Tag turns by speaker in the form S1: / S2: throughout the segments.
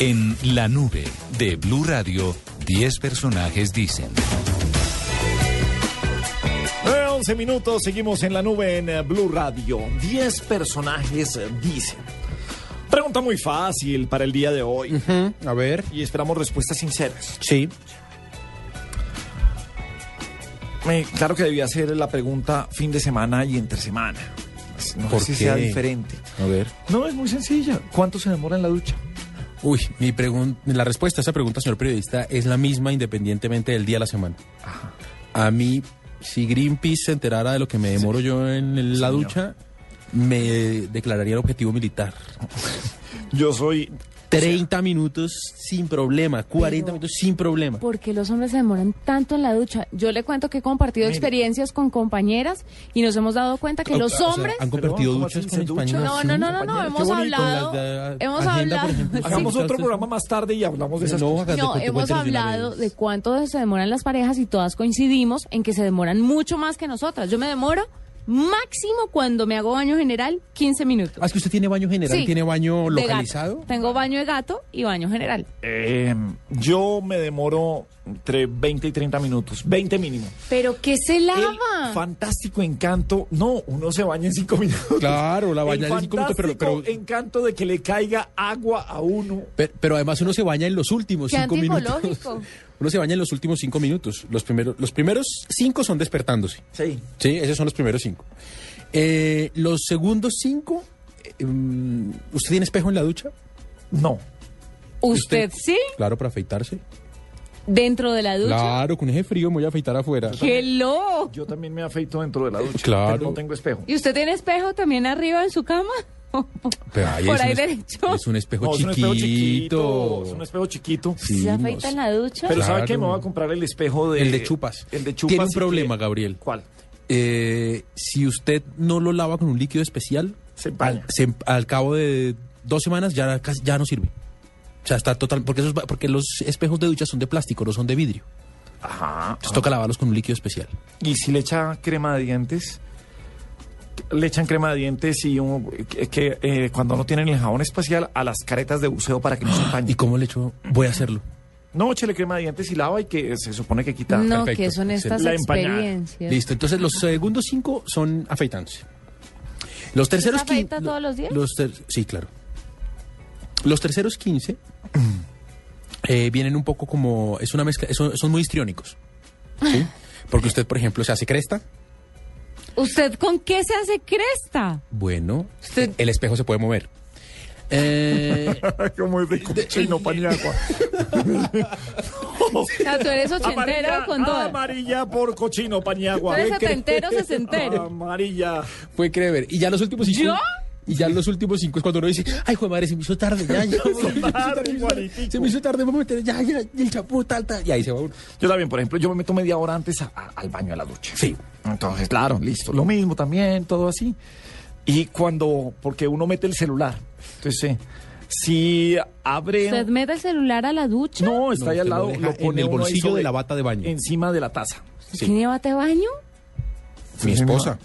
S1: En la nube de Blue Radio, 10 personajes dicen.
S2: 11 minutos, seguimos en la nube en eh, Blue Radio. 10 personajes eh, dicen. Pregunta muy fácil para el día de hoy
S3: A ver.
S2: y esperamos respuestas sinceras.
S3: Sí.
S2: Eh, claro que debía ser la pregunta fin de semana y entre semana. Pues, No
S3: ¿Por
S2: sé si
S3: qué?
S2: sea diferente.
S3: A ver.
S2: No, es muy sencilla. ¿Cuánto se demora en la ducha?
S3: Uy, mi pregun- la respuesta a esa pregunta, señor periodista, es la misma independientemente del día a la semana. A mí, si Greenpeace se enterara de lo que me demoro yo en el- la
S2: Señor.
S3: ducha, me declararía el objetivo militar.
S2: Yo soy...
S3: 30 minutos sin problema, 40
S4: Pero-
S3: minutos sin problema.
S4: ¿Por qué los hombres se demoran tanto en la ducha? Yo le cuento que he compartido
S2: Mire.
S4: experiencias con compañeras y nos hemos dado cuenta que
S3: O- o
S4: los
S3: sea,
S4: hombres...
S3: han compartido
S2: Pero, ¿cómo
S3: duchas
S2: así?
S3: con
S2: ¿Se duchan?
S3: españoles.
S4: No, no, no, no, no,
S2: Compañeras,
S4: hemos
S2: qué bonito,
S4: hablado... Hemos hablado...
S2: Hagamos
S4: Sí.
S2: otro programa más tarde y hablamos de esas
S3: No,
S2: cosas.
S3: hagas de
S4: No,
S3: cuenta,
S4: hemos
S3: cuéntanos de una
S4: hablado
S3: vez.
S4: de cuánto se demoran las parejas y todas coincidimos en que se demoran mucho más que nosotras. Yo me demoro máximo cuando me hago baño general 15 minutos.
S3: Ah, es que usted tiene baño general,
S4: Sí,
S3: tiene baño
S4: de gato.
S3: localizado.
S4: Tengo baño de gato y baño general.
S2: Eh, yo me demoro entre 20 y 30 minutos. 20 mínimo.
S4: ¿Pero qué se
S2: El
S4: lava?
S2: fantástico encanto. No, uno se baña en cinco minutos.
S3: Claro, la baña
S2: El
S3: en cinco minutos, pero-
S2: fantástico
S3: pero-
S2: encanto de que le caiga agua a uno.
S3: Pero, pero además uno se baña en los últimos
S4: Qué
S3: cinco minutos.
S4: antiecológico.
S3: Uno se baña en los últimos cinco minutos. Los primeros, los primeros cinco son despertándose.
S2: Sí.
S3: Sí, esos son los primeros cinco. Eh, los segundos cinco, eh, mm, ¿usted tiene espejo en la ducha?
S2: No.
S4: ¿Usted sí?
S3: Claro, para afeitarse.
S4: ¿Dentro de la ducha?
S3: Claro, con ese frío me voy a afeitar afuera.
S4: ¡Qué loco!
S2: Yo también me afeito dentro de la ducha.
S3: Claro.
S2: pero no tengo espejo.
S4: ¿Y usted tiene espejo también arriba en su cama?
S3: Pero ahí
S4: Por
S3: es
S4: ahí
S3: un es-
S4: derecho.
S3: Es un espejo
S2: No, es un
S3: chiquito.
S2: espejo chiquito. Es un espejo chiquito.
S3: Sí,
S4: ¿Se
S3: no
S4: afeita
S3: sé.
S4: en la ducha?
S2: Pero ¿sabe
S3: Claro.
S2: qué? Me voy a comprar el espejo de...
S3: El de chupas.
S2: El de chupas.
S3: Tiene un
S2: y que-
S3: problema, Gabriel.
S2: ¿Cuál?
S3: Eh, si usted no lo lava con un líquido especial,
S2: Se empaña.
S3: Al, se emp- al cabo de dos semanas ya, casi- ya no sirve. O sea, está total. Porque, esos va- porque los espejos de ducha son de plástico, no son de vidrio.
S2: Ajá.
S3: Entonces toca lavarlos con un líquido especial.
S2: Y si le echa crema de dientes, le echan crema de dientes y un- que, que, eh, cuando no tienen el jabón espacial a las caretas de buceo para que no se
S3: ¿Y
S2: empañen.
S3: cómo le echo? Voy a hacerlo.
S2: No, échale crema de dientes y lava y que se supone que quita.
S4: no,
S3: perfecto.
S4: que son estas
S2: La empañada.
S4: experiencias.
S3: Listo. Entonces los segundos cinco son afeitándose. Los terceros
S4: ¿Se afeita
S3: quin-
S4: todos los días?
S3: ter- sí, claro. Los terceros 15 eh, vienen un poco como. Es una mezcla. Son, son muy histriónicos. ¿sí? Porque usted, por ejemplo, se hace cresta.
S4: ¿Usted con qué se hace cresta?
S3: Bueno,
S4: Usted-
S3: el espejo se puede mover. Eh,
S2: Como es de cucho y no paniagua.
S4: O sea, tú eres ochentero
S2: Amarilla, Ah,
S4: con todo.
S2: amarilla por cochino paniagua.
S4: Tú eres
S2: ¿Ve que-
S4: setentero, sesentero.
S2: Amarilla.
S3: Fue creer. Y ya los últimos cinco.
S4: ¿Yo?
S3: Y ya los últimos cinco es cuando uno dice, ay, joder, madre, se me hizo tarde, ya, ya. se, me hizo
S2: tarde,
S3: se me hizo
S2: Juanitico.
S3: se me hizo tarde, vamos a meter, ya, ya, y el chapú, tal, tal. Y ahí se va uno.
S2: Yo también, por ejemplo, yo me meto media hora antes a- a- al baño de la ducha.
S3: Sí.
S2: Entonces, claro, listo. Lo mismo también, todo así. Y cuando, porque uno mete el celular. Entonces, eh, si abre...
S4: ¿Usted mete el celular a la ducha?
S2: No, está
S3: No,
S2: ahí
S3: usted
S2: al
S3: lo
S2: lado.
S3: deja en
S2: pone
S3: el
S2: uno ahí
S3: bolsillo
S2: sobre-
S3: de la bata de baño.
S2: Encima de la taza.
S4: ¿Usted ¿Tiene bata de baño?
S3: Mi esposa.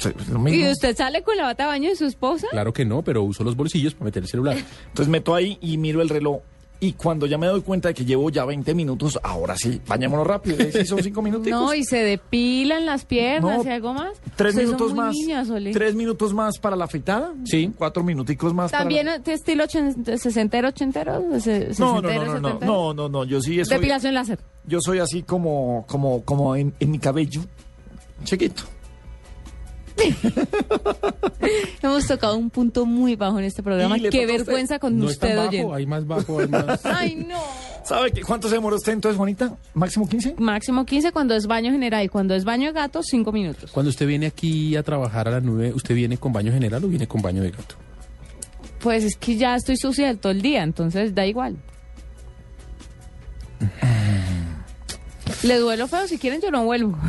S2: Sí, pues, lo
S4: ¿Y
S2: mismo.
S4: usted sale con la bata de baño de su esposa?
S3: Claro que no, pero uso los bolsillos para meter el celular.
S4: Mm,
S2: Entonces meto ahí y miro el reloj. Y cuando ya me doy cuenta de que llevo ya 20 minutos, ahora sí, bañémonos rápido. ¿eh? Sí, son 5 minutos.
S4: No, y se depilan las piernas
S2: No,
S4: y algo más.
S2: Tres
S4: Ustedes
S2: minutos
S4: son muy
S2: más.
S4: niñas, Ole.
S2: Tres minutos más para la afeitada.
S3: Sí.
S2: Cuatro minuticos más
S4: También
S2: para.
S4: este estilo ochen- sesentero, ochentero, se-
S2: No, no, no,
S4: sesentero,
S2: no, no,
S4: setentero.
S2: no, no, no, yo sí soy,
S4: Depilación láser.
S2: yo soy así como, como, como en, en mi cabello, chiquito.
S4: Hemos tocado un punto muy bajo en este programa.
S2: Y le
S4: Qué
S2: toca a usted.
S4: vergüenza con
S3: no es tan
S4: usted,
S3: bajo,
S4: oyente.
S3: hay más bajo, hay más.
S4: Ay, no.
S2: ¿Sabe qué? cuánto se demoró usted entonces, Juanita? ¿Máximo 15?
S4: Máximo 15 cuando es baño general. Cuando es baño de gato, 5 minutos.
S3: Cuando usted viene aquí a trabajar a la nube, ¿usted viene con baño general o viene con baño de gato?
S4: Pues es que ya estoy sucia todo el día, entonces da igual. Le duelo feo, si quieren yo no vuelvo.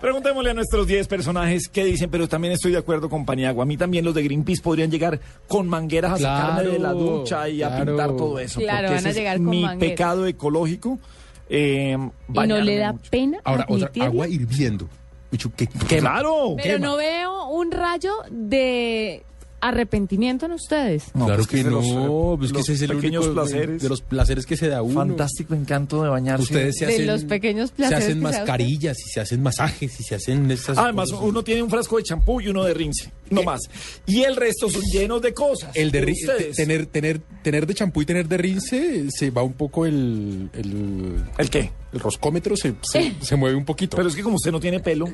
S2: Preguntémosle a nuestros 10 personajes qué dicen, pero también estoy de acuerdo con Paniagua. A mí también los de Greenpeace podrían llegar con mangueras a
S3: Claro,
S2: sacarme de la ducha y a
S3: claro.
S2: pintar todo eso.
S4: Claro,
S2: porque
S4: van a
S2: ese es
S4: llegar con
S2: mi
S4: mangueras.
S2: pecado ecológico. eh,
S4: Y no
S2: bañarme
S4: le da
S2: mucho.
S4: pena
S3: Ahora, otra
S4: admitirlo.
S3: agua hirviendo. Uchu, que quema.
S2: ¡Claro!
S4: Pero no veo un rayo de arrepentimiento en ustedes.
S2: No,
S3: claro
S2: pues
S3: que,
S2: es de
S3: no,
S2: los, eh,
S3: pues que
S2: los
S3: ese es el
S2: pequeños
S3: único de-
S2: placeres.
S3: de los placeres que se da uno.
S2: Fantástico encanto de bañarse.
S3: Ustedes se
S4: De
S3: hacen
S4: los pequeños
S3: se
S4: placeres
S3: hacen
S4: que se da
S3: mascarillas y se hacen masajes y se hacen esas
S2: Además,
S3: cosas.
S2: uno tiene un frasco de champú y uno de rince, no más. Y el resto son llenos de cosas.
S3: el de ri-
S2: Ustedes.
S3: tener tener tener de champú y tener de rince se va un poco el el,
S2: ¿El qué?
S3: el roscómetro se, se, se mueve un poquito.
S2: Pero es que como usted no tiene pelo,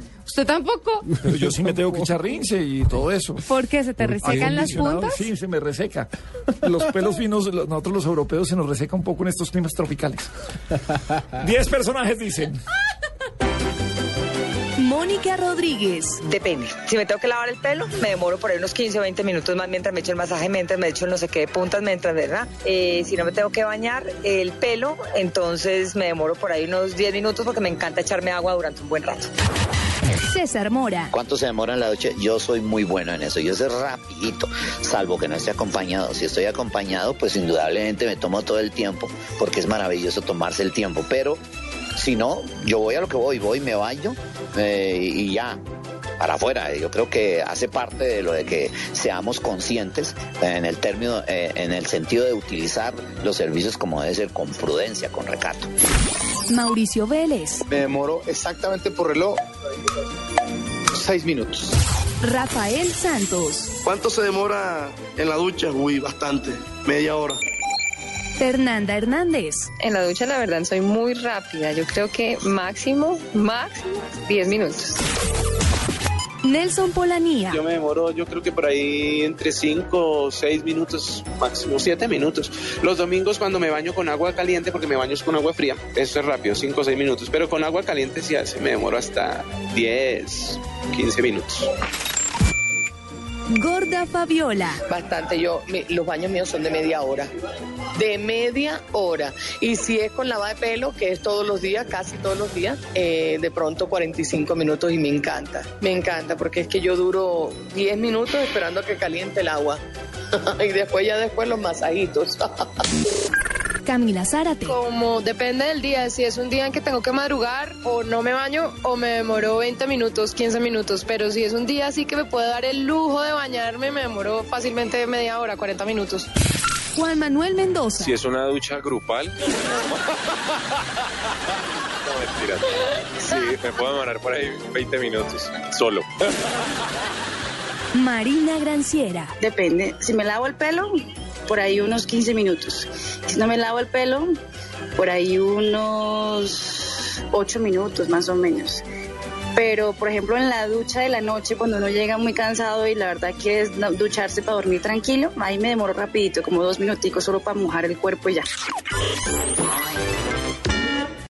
S4: ¿Usted tampoco?
S2: pero yo sí me tengo que echar rince y todo eso.
S4: ¿Por qué? ¿Se te resecan las
S2: Acondicionado,
S4: puntas?
S2: Sí, se me reseca. Los pelos finos, lo- nosotros los europeos, se nos reseca un poco en estos climas tropicales. Diez personajes dicen.
S5: Mónica Rodríguez,
S6: Depende. Si me tengo que lavar el pelo, me demoro por ahí unos 15, 20 minutos más mientras me echo el masaje, mientras me echo el no sé qué de puntas, mientras, ¿verdad? Eh, si no me tengo que bañar el pelo, entonces me demoro por ahí unos 10 minutos porque me encanta echarme agua durante un buen rato.
S5: César Mora,
S7: ¿Cuánto se demora en la ducha? Yo soy muy bueno en eso, yo soy rapidito, salvo que no esté acompañado. Si estoy acompañado, pues indudablemente me tomo todo el tiempo, porque es maravilloso tomarse el tiempo. Pero si no, yo voy a lo que voy, voy, me baño eh, y ya. Para afuera, yo creo que hace parte de lo de que seamos conscientes en el término, eh, en el sentido de utilizar los servicios como debe ser, con prudencia, con recato.
S5: Mauricio Vélez,
S8: Me demoró exactamente por reloj seis minutos.
S5: Rafael Santos,
S8: ¿Cuánto se demora en la ducha? Uy, bastante. Media hora.
S5: Fernanda Hernández,
S9: En la ducha, la verdad, soy muy rápida. Yo creo que máximo, máximo 10 minutos.
S5: Nelson Polanía,
S8: me demoro, yo creo que por ahí entre cinco o seis minutos, máximo siete minutos. Los domingos cuando me baño con agua caliente, porque me baño es con agua fría, eso es rápido, cinco o seis minutos. Pero con agua caliente sí hace, me demoro hasta 10, 15 minutos.
S5: Gorda Fabiola,
S6: Bastante, yo, mi- los baños míos son de media hora. De media hora. Y si es con lava de pelo, que es todos los días, casi todos los días, eh, de pronto 45 minutos y me encanta. Me encanta, porque es que yo duro 10 minutos esperando a que caliente el agua. y después ya después los masajitos.
S5: Camila Zárate,
S9: Como depende del día, si es un día en que tengo que madrugar o no me baño o me demoro 20 minutos, 15 minutos, pero si es un día así que me puedo dar el lujo de bañarme, me demoro fácilmente media hora, 40 minutos.
S5: Juan Manuel Mendoza,
S8: es una ducha grupal. No, mentira. Sí, me puedo demorar por ahí 20 minutos, solo.
S5: Marina Granciera,
S6: Depende. Si me lavo el pelo, por ahí unos 15 minutos. Si no me lavo el pelo, por ahí unos 8 minutos más o menos. Pero, por ejemplo, en la ducha de la noche, cuando uno llega muy cansado y la verdad que es ducharse para dormir tranquilo, ahí me demoro rapidito, como dos minuticos, solo para mojar el cuerpo y ya.